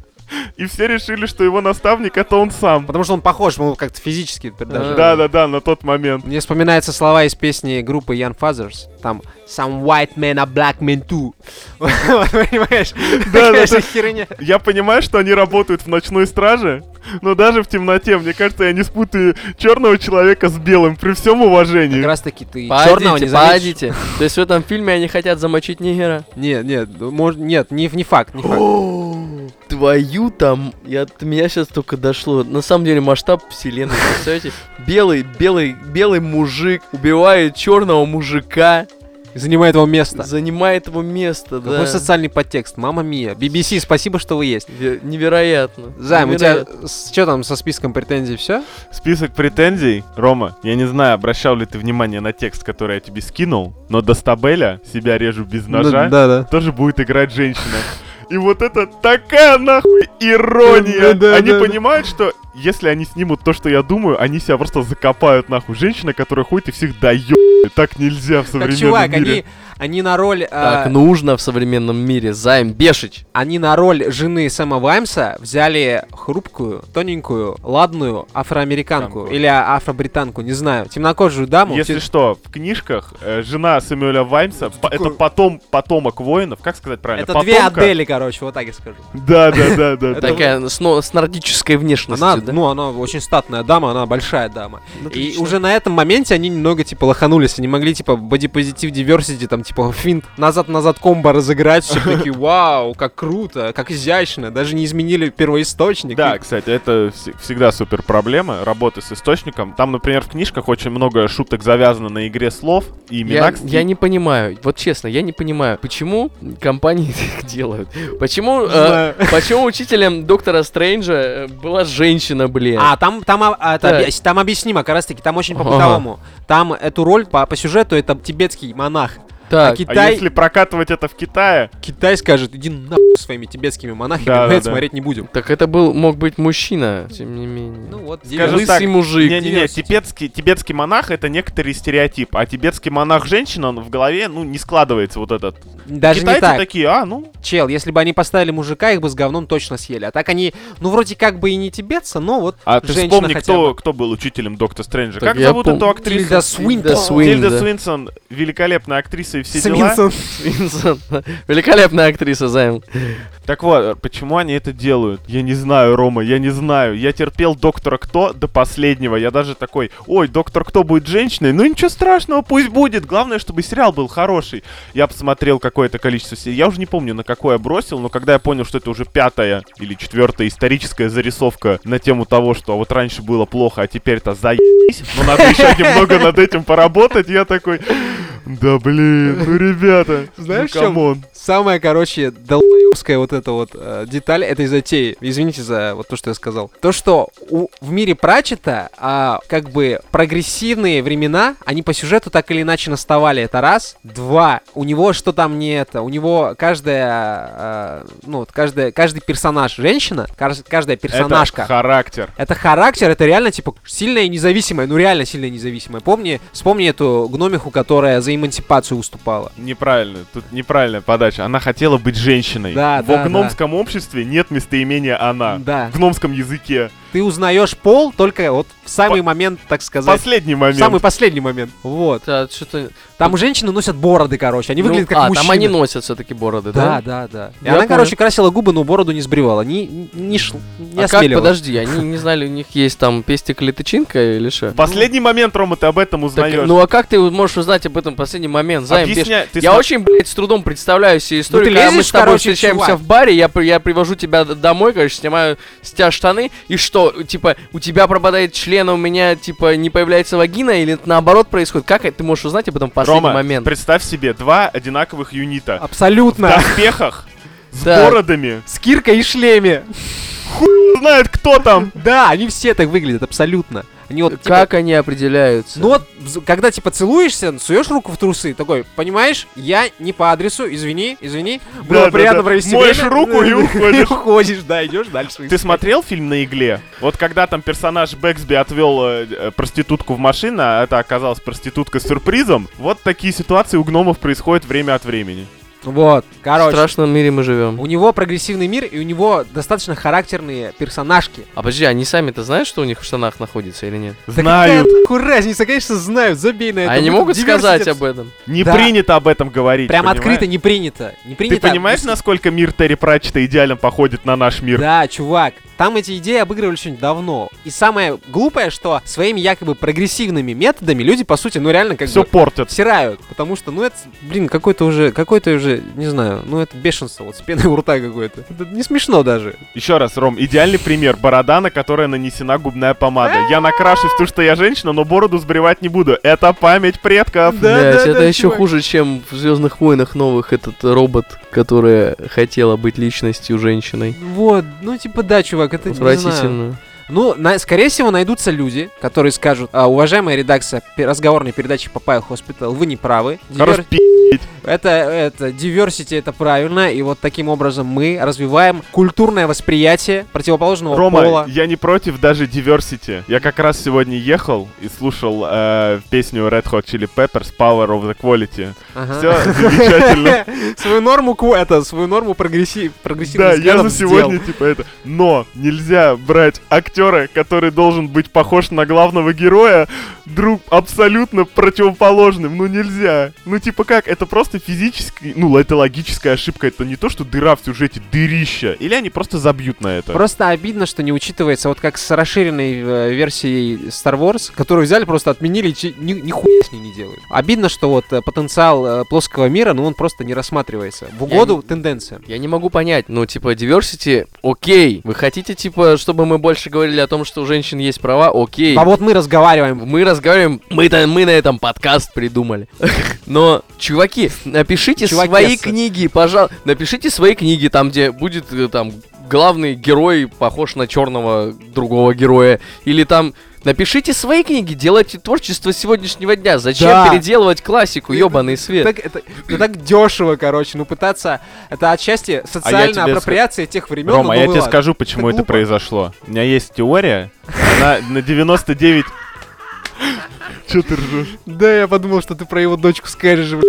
S3: и все решили, что его наставник это он сам.
S1: Потому что он похож, он как-то физически даже.
S2: А.
S3: Да-да-да, на тот момент.
S1: Мне вспоминаются слова из песни группы Young Fathers. Там «Some white men are black men too». Вот, Понимаешь?
S3: Да,
S1: Такая
S3: да,
S1: же
S3: да.
S1: херня.
S3: Я понимаю, что они работают в ночной страже, но даже в темноте, мне кажется, я не спутаю черного человека с белым, при всем уважении.
S1: Как раз таки ты черного не
S2: Погодите,
S1: заметишь.
S2: погодите. То есть в этом фильме они хотят замочить нигера?
S1: Нет, нет, мож- нет, не, не факт, не факт.
S2: О, Твою там, я, до меня сейчас только дошло. На самом деле масштаб вселенной, представляете? Белый, белый, белый мужик убивает черного мужика,
S1: Занимает его место.
S2: занимает его место, да.
S1: Какой социальный подтекст? Мама мия. BBC, спасибо, что вы есть.
S2: Ве- Невероятно.
S1: Займ, у тебя
S2: Невероятно.
S1: что там со списком претензий все?
S3: Список претензий. Рома, я не знаю, обращал ли ты внимание на текст, который я тебе скинул, но Достабеля, себя режу без ножа,
S1: Ну Да, да.
S3: тоже будет играть женщина. И вот это такая нахуй ирония.
S1: Да, да,
S3: они
S1: да, да.
S3: понимают, что если они снимут то, что я думаю, они себя просто закопают нахуй. Женщина, которая ходит и всех доебает. Так нельзя в
S1: Как
S3: современном
S1: чувак,
S3: мире.
S1: они, они на роль...
S2: Так ну.
S1: а,
S2: нужно в современном мире, Займ Бешич.
S1: Они на роль жены Сэма Ваймса взяли хрупкую, тоненькую, ладную афроамериканку
S3: Танку.
S1: или а- афробританку, не знаю, темнокожую даму. Типа,
S3: Если
S1: Те-
S3: что, в книжках э, жена Сэмюэля Ваймса, по- это потом потомок воинов, как сказать правильно?
S1: Это две
S3: Потомка?
S1: Адели, короче, вот так я скажу.
S3: Да, да, да, да.
S1: Это
S3: да.
S2: Такая с, но- с нордической внешностью,
S1: Она,
S2: да?
S1: ну, она очень статная дама, она большая дама. И
S2: Отлично.
S1: уже на этом моменте они немного, типа, лоханулись. Они могли, типа, бодипозитив, диверсити, там, типа, финт назад-назад комбо разыграть. Все такие, вау, как круто, как изящно. Даже не изменили первоисточник.
S3: Да,
S1: И-
S3: кстати, это вс- всегда супер проблема работы с источником. Там, например, в книжках очень много шуток завязано на игре слов и имена.
S2: Я,
S3: кстати.
S2: я не понимаю, вот честно, я не понимаю, почему компании так делают? Почему, э,
S3: Типа,
S1: знаю.
S2: почему учителем доктора Стрэнджа э, была женщина, блин?
S1: А, там, там, а, а, это
S2: Да.
S1: объяс- там объяснимо, как раз таки, там очень
S2: Ага.
S1: по-бытовому. Там эту роль по, по сюжету это тибетский монах.
S2: так,
S1: а
S3: А
S1: Китай,
S3: если прокатывать это в Китае,
S1: Китай скажет, иди нахуй со своими тибетскими монахами,
S3: Да, да,
S1: мы это
S3: да.
S1: смотреть не будем.
S2: так это был, мог быть мужчина, тем не менее.
S1: Ну вот,
S3: Скажем
S2: Лысый
S1: диверсия.
S3: так,
S2: мужик.
S3: не-не-не, тибетский, тибетский монах это некоторый стереотип, а тибетский монах-женщина, он в голове, ну, не складывается вот этот.
S1: Даже
S3: Китайцы
S1: не так.
S3: такие, а, ну,
S1: Чел, если бы они поставили мужика, их бы с говном точно съели. А так они, ну вроде как бы и не тибетцы, но вот
S3: а ты
S1: женщина
S3: вспомни,
S1: хотя
S3: кто,
S1: бы.
S3: кто был учителем Доктора Стрэнджа.
S2: Так
S3: как
S2: я
S3: зовут
S2: пом-
S3: эту актрису?
S1: Тильда Свинтон.
S2: Свин-
S3: Тильда
S2: да.
S3: Свинсон, великолепная актриса и все дела.
S1: Свинсон.
S2: Свинсон. Великолепная актриса, Займ.
S3: Так вот, э, почему они это делают? Я не знаю, Рома, я не знаю. Я терпел Доктора Кто до последнего. Я даже такой, ой, Доктор Кто будет женщиной? Ну ничего страшного, пусть будет. Главное, чтобы сериал был хороший. Я посмотрел какое-то количество серий. Я уже не помню, на какое я бросил, но когда я понял, что это уже пятая или четвертая историческая зарисовка на тему того, что «А вот раньше было плохо, а теперь-то заебись, но надо еще немного над этим поработать, я такой... Да блин, ну ребята,
S1: Знаешь, в
S3: ну,
S1: чем
S3: камон».
S1: Самая, короче, долбоёбская вот эта вот э, деталь этой затеи. Извините за вот то, что я сказал. То, что у- в мире Прачета, а, как бы, прогрессивные времена, они по сюжету так или иначе наставали. Это раз. Два. У него что там не это. У него каждая, э, ну, вот каждая, каждый персонаж женщина, каж- каждая персонажка.
S3: Это характер.
S1: Это характер, это реально, типа, сильная и независимая, ну реально сильная и независимая. Помни, вспомни эту гномиху, которая за эмансипацию выступала.
S3: Неправильно, тут неправильная подача. Она хотела быть женщиной.
S1: Да,
S3: В
S1: да,
S3: гномском обществе нет местоимения она.
S1: Да.
S3: В гномском языке.
S1: Ты узнаешь пол только вот в самый момент, так сказать.
S3: Последний
S1: в
S3: момент.
S1: Самый последний момент. Вот.
S2: Да, что-то...
S1: Там женщины носят бороды, короче. Они
S2: Ну,
S1: выглядят как
S2: а,
S1: мужчины.
S2: там они носят все-таки бороды,
S1: Да, да,
S2: да?
S1: да. И
S2: Я
S1: она,
S2: понял.
S1: короче, красила губы, но бороду не сбривала. Не, не, шл- не
S2: а как,
S1: осмеливалась.
S2: подожди, они не знали, у них есть там пестик или тычинка или что?
S3: В Последний момент, Рома, ты об этом
S2: Так,
S3: узнаешь.
S2: ну а как ты можешь узнать об этом последний момент? Займ, беж-
S3: Объясня- ты
S2: я
S3: смо-
S2: очень, блядь, с трудом представляю себе историю,
S1: Ну, ты
S2: когда мы
S1: лезешь,
S2: с тобой
S1: короче, в
S2: встречаемся
S1: чувак.
S2: в баре, я, при- я привожу тебя д- домой, короче, снимаю с тебя штаны, и что, типа, у тебя пропадает член, а у меня, типа, не появляется вагина, или это наоборот происходит? Как это ты можешь узнать об этом в последний
S3: Рома,
S2: момент? А,
S3: представь себе два одинаковых юнита. В
S1: Абсолютно.
S3: доспехах, с
S2: Так.
S3: бородами.
S1: С киркой и шлеме.
S3: Хуй знает, кто там.
S1: Да, они все так выглядят, абсолютно. Они вот, типа,
S2: Как они определяются?
S1: Ну вот, вз- когда типа целуешься, суешь руку в трусы, такой, понимаешь, я не по адресу, извини, извини, было
S3: да,
S1: приятно
S3: да.
S1: провести
S3: Моешь
S1: время.
S3: руку и уходишь.
S1: уходишь, да, идешь дальше.
S3: Ты смотрел фильм на игле? Вот когда там персонаж Бэксби отвел э, э, проститутку в машину, а это оказалась проститутка с сюрпризом, вот такие ситуации у гномов происходят время от времени.
S1: Вот,
S2: В
S1: короче.
S2: страшном мире мы живем.
S1: У него прогрессивный мир, и у него достаточно характерные персонажки.
S2: А подожди, они сами-то знают, что у них в штанах находится или нет?
S1: Да
S3: Знают.
S1: какая нахуй разница, конечно, знают, забей на Ну, это. типа.
S2: А они
S1: Мы тут
S2: могут сказать
S1: диверситет.
S2: об этом?
S3: Не
S1: Да.
S3: принято об этом говорить.
S1: Прям
S3: понимаешь?
S1: открыто не принято. Не
S3: Ты
S1: принято.
S3: понимаешь, насколько мир Терри Пратчета идеально походит на наш мир?
S1: Да, чувак, там эти идеи обыгрывали очень давно. И самое глупое, что своими якобы прогрессивными методами люди, по сути, ну реально как
S3: Все
S1: бы
S3: портят.
S1: стирают, потому что, ну это, блин, какой-то уже, какой-то уже, не знаю, ну это бешенство, вот с пеной у рта какое-то. Это не смешно даже.
S3: Еще раз, Ром, идеальный пример. Борода, на которой нанесена губная помада. Я накрашусь в то, что я женщина, но бороду сбривать не буду. Это память предков.
S1: Да,
S2: Блядь,
S1: да,
S2: это
S1: да,
S2: еще
S1: чувак.
S2: хуже, чем в Звездных войнах новых этот робот, которая хотела быть личностью женщиной.
S1: Вот, ну типа да, чувак, это не знаю.
S2: Отвратительно.
S1: Ну, на- скорее всего, найдутся люди, которые скажут, «А, уважаемая редакция пе- разговорной передачи Папая Хоспитал, вы не правы.
S3: Хорош
S1: Дивер- Это, это, diversity это правильно, и вот таким образом мы развиваем культурное восприятие противоположного
S3: Рома,
S1: пола.
S3: я не против даже diversity. Я как раз сегодня ехал и слушал э, песню Red Hot Chili Peppers Power of the Quality.
S1: Ага.
S3: Все замечательно.
S1: Свою норму ку- это, свою норму прогрессив, прогрессивных
S3: Да, я
S1: взглядов
S3: за
S1: сделал.
S3: сегодня типа это. Но нельзя брать актера, который должен быть похож на главного героя, друг абсолютно противоположным. Ну нельзя. Ну типа как? Это просто физически, ну это логическая ошибка. Это не то, что дыра в сюжете, дырища. Или они просто забьют на это.
S1: Просто обидно, что не учитывается, вот как с расширенной э, версией Star Wars, которую взяли, просто отменили, и чи- ни, хуя с ней не делают. Обидно, что вот э, потенциал э, плоского мира, ну он просто не рассматривается. В угоду
S2: не-
S1: тенденциям.
S2: Я не могу понять, ну, типа, diversity, окей. Вы хотите, типа, чтобы мы больше говорили о том, что у женщин есть права, окей.
S1: А вот мы разговариваем.
S2: Мы разговариваем, мы, то- мы на этом подкаст придумали. Но, чуваки, напишите
S1: Чувакесы.
S2: свои книги, пожалуйста. Напишите свои книги, там, где будет э, там главный герой похож на черного другого героя. Или там. Напишите свои книги, делайте творчество сегодняшнего дня. Зачем
S1: Да.
S2: переделывать классику,
S1: Ты-
S2: ебаный свет?
S1: Так, это, ну так дешево, короче, ну пытаться... Это отчасти социальная
S3: А тебе ска-
S1: апроприация тех времен. ну,
S3: Рома, а я
S1: ну
S3: тебе
S1: ладно.
S3: скажу,
S1: Это
S3: почему это
S1: глупо.
S3: произошло. У меня есть теория. Она на 99... Че ты ржешь?
S1: Да, я подумал, что ты про его дочку скажешь. бля.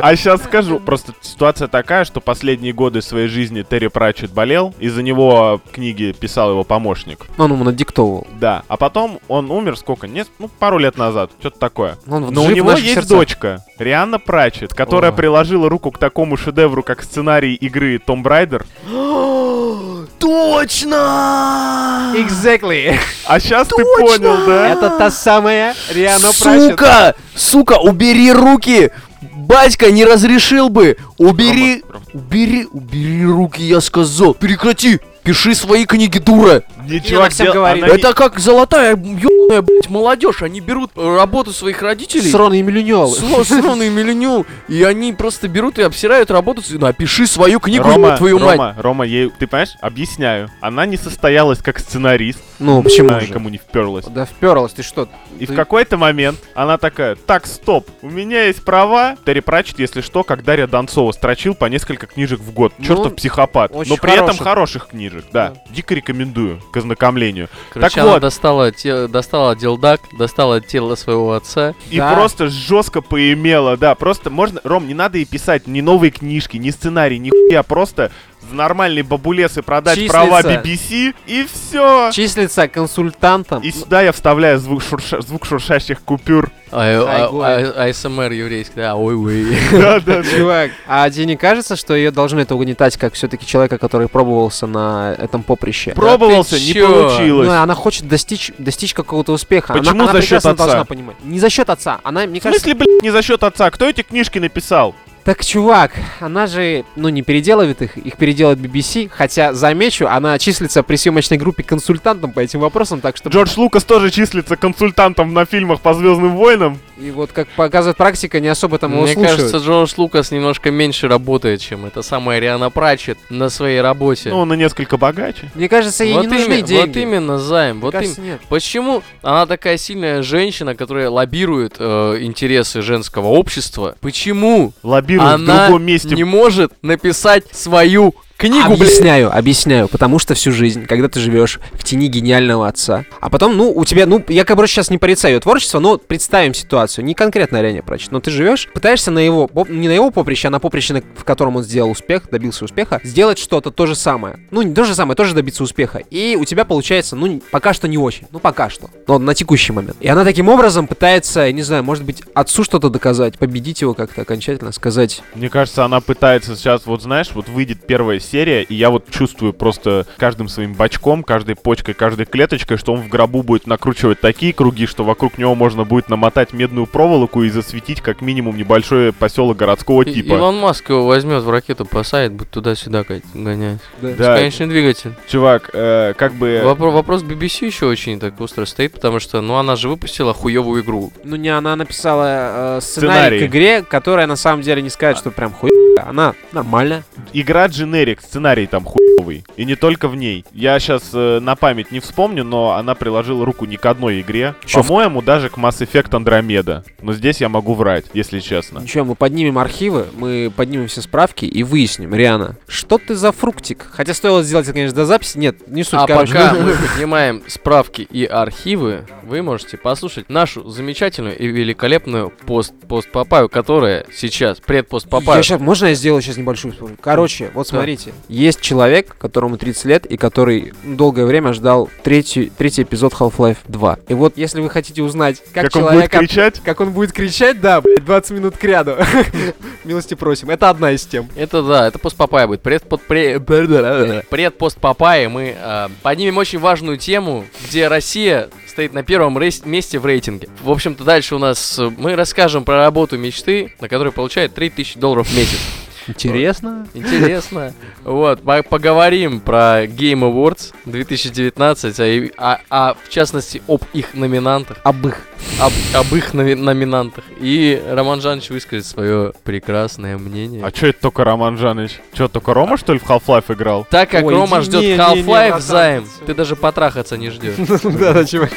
S3: А сейчас скажу. Просто ситуация такая, что последние годы своей жизни Терри Пратчетт болел. Из-за него книги писал его помощник.
S1: Ну, Он ему надиктовывал.
S3: Да. А потом он умер сколько? Нет, ну, пару лет назад. Что-то такое.
S1: Ну, Он
S3: Но у
S1: жив в
S3: него
S1: наших
S3: есть
S1: сердцах.
S3: дочка, Рианна Прачет, которая
S1: О.
S3: приложила руку к такому шедевру, как сценарий игры Том Брайдер.
S2: Точно!
S1: Exactly.
S3: А сейчас ты
S2: Точно!
S3: понял, да?
S1: Это та самая Риана Прачет.
S2: Сука! Сука, убери руки! Батька не разрешил бы! Убери!
S3: Рома, Рома.
S2: Убери! Убери руки, я сказал! Прекрати! Пиши свои книги, дура!
S3: Не,
S1: она всем говорит.
S3: она не-
S2: Это как золотая ёбаная, блядь, молодежь. Они берут э, работу своих родителей.
S1: С Роной Миллениол.
S2: Сло- Сраный миллениум. И они просто берут и обсирают работу. с- Напиши свою книгу, ёб твою мать.
S3: Рома, Рома, ей, ты понимаешь, объясняю. Она не состоялась как сценарист,
S1: Ну, почему
S3: она
S1: же?
S3: никому не вперлась.
S1: Да вперлась, ты что?
S3: И
S1: Ты-
S3: в какой-то момент она такая, так, стоп, у меня есть права. Терри Пратчет, если что, как Дарья Донцова, строчил по несколько книжек в год.
S1: Ну,
S3: Чертов психопат.
S1: очень
S3: Но при этом
S1: хороших.
S3: хороших книжек, да.
S1: Да.
S3: Дико рекомендую к ознакомлению.
S2: Короче,
S3: Так
S2: она
S3: вот.
S2: достала, те- достала делдак, достала тело своего отца.
S3: И
S1: Да.
S3: просто жестко поимела, да. Просто можно... Ром, не надо и писать ни новые книжки, ни сценарий, ни хуя. Просто в нормальные бабулесы продать
S1: Числится.
S3: права BBC, и все.
S1: Числится консультантом.
S3: И сюда я вставляю звук, шурша- звук шуршащих купюр.
S2: А-
S1: Айгой.
S2: а- а- АСМР еврейский, да, ой ой
S3: Да-да.
S1: Чувак, а тебе не кажется, что ее должны это угнетать, как все-таки человека, который пробовался на этом поприще?
S3: Пробовался,
S2: ты
S3: не
S2: чё?
S1: Ну,
S3: получилось.
S1: она хочет достичь, достичь какого-то успеха. Она-
S3: Почему
S1: она
S3: за счёт
S1: прекрасно
S3: отца?
S1: должна понимать. Не за счет отца. Она, мне
S3: В
S1: кажется...
S3: смысле, блядь, не за счет отца? Кто эти книжки написал?
S1: Так, чувак, она же, ну, не переделывает их, их переделает BBC, хотя, замечу, она числится при съемочной группе консультантом по этим вопросам, так что...
S3: Джордж Лукас тоже числится консультантом на фильмах по Звездным войнам.
S1: И вот, как показывает практика, не особо там его
S2: Мне
S1: слушают.
S2: кажется, Джордж Лукас немножко меньше работает, чем это самая Риана Прачет на своей работе.
S3: Ну, он и несколько богаче.
S1: Мне кажется, ей
S2: вот,
S1: не нужны
S2: именно-
S1: деньги.
S2: вот именно, Займ,
S1: Мне
S2: вот им-
S1: кажется, нет.
S2: Почему она такая сильная женщина, которая лоббирует э, интересы женского общества? Почему
S3: Лоббирует в
S2: она
S3: другом месте.
S2: не может написать свою книгу, блядь?
S1: объясняю, объясняю, потому что всю жизнь, когда ты живешь в тени гениального отца, а потом, ну, у тебя, ну, я, короче, сейчас не порицаю ее творчество, но представим ситуацию, не конкретно Леня Прочь, но ты живешь, пытаешься на его, поп- не на его поприще, а на поприще, на- в котором он сделал успех, добился успеха, сделать что-то то же самое. Ну, не то же самое, тоже добиться успеха. И у тебя получается, ну, пока что не очень, ну, пока что, но на текущий момент. И она таким образом пытается, я не знаю, может быть, отцу что-то доказать, победить его как-то окончательно, сказать,
S3: Мне кажется, она пытается сейчас, вот знаешь, вот выйдет первая серия, и я вот чувствую просто каждым своим бачком, каждой почкой, каждой клеточкой, что он в гробу будет накручивать такие круги, что вокруг него можно будет намотать медную проволоку и засветить как минимум небольшой поселок городского
S2: И-
S3: типа.
S2: Илон Маск его возьмет в ракету, посадит, будет туда-сюда кать- гонять.
S3: Да,
S2: Конечно, двигатель.
S3: чувак, э, как бы...
S2: Вопро- вопрос BBC еще очень так остро стоит, потому что, ну, она же выпустила хуевую игру.
S1: Ну не, она написала э,
S3: Сценарий.
S1: сценарий, к игре, которая на самом деле не сказать, что прям хуй. Она нормально.
S3: Игра дженерик, сценарий там хуевый. И не только в ней. Я сейчас на память не вспомню, но она приложила руку не к одной игре.
S1: Чё, в-
S3: По-моему, даже к Mass Effect Andromeda. Но здесь я могу врать, если честно.
S1: Ничего, мы поднимем архивы, мы поднимем все справки и выясним, Риана, что ты за фруктик? Хотя стоило сделать это, конечно, до записи. Нет, не суть,
S2: а
S1: короче.
S2: пока мы поднимаем справки и архивы, вы можете послушать нашу замечательную и великолепную пост пост Папаю, которая сейчас предпост Папаю.
S1: Я щас- можно я сделаю сейчас небольшую историю? Короче, вот смотрите. Есть человек, которому 30 лет, и который долгое время ждал третий, третий эпизод Half-Life 2. И вот, если вы хотите узнать, как,
S3: Как, он будет
S1: человек от-
S3: кричать?
S1: как он будет кричать, да, блядь, 20 минут кряду. Милости просим. Это одна из тем.
S2: Это да, это пост Папая будет. Предпод, пре- предпост Папая мы э, поднимем очень важную тему, где Россия стоит на первом рейс- месте в рейтинге. В общем-то, дальше у нас э, мы расскажем про работу мечты, на которую получает 3000 долларов в месяц.
S1: Интересно.
S2: Интересно. Вот, по- поговорим про Game Awards 2019, а, и- а- а в частности об их номинантах,
S1: об их.
S2: об, об их номи- номинантах. И Роман Жанович выскажет свое прекрасное мнение.
S3: А чё это только Роман Жаныч? Чё, только
S1: А
S3: Рома, что ли, в Half-Life играл?
S2: Так как
S1: Ой,
S2: Рома
S1: иди,
S2: ждет
S1: не, не, не,
S2: Half-Life,
S1: братан,
S2: Займ,
S1: всё.
S2: ты даже потрахаться не ждешь.
S1: Да, да, чувак.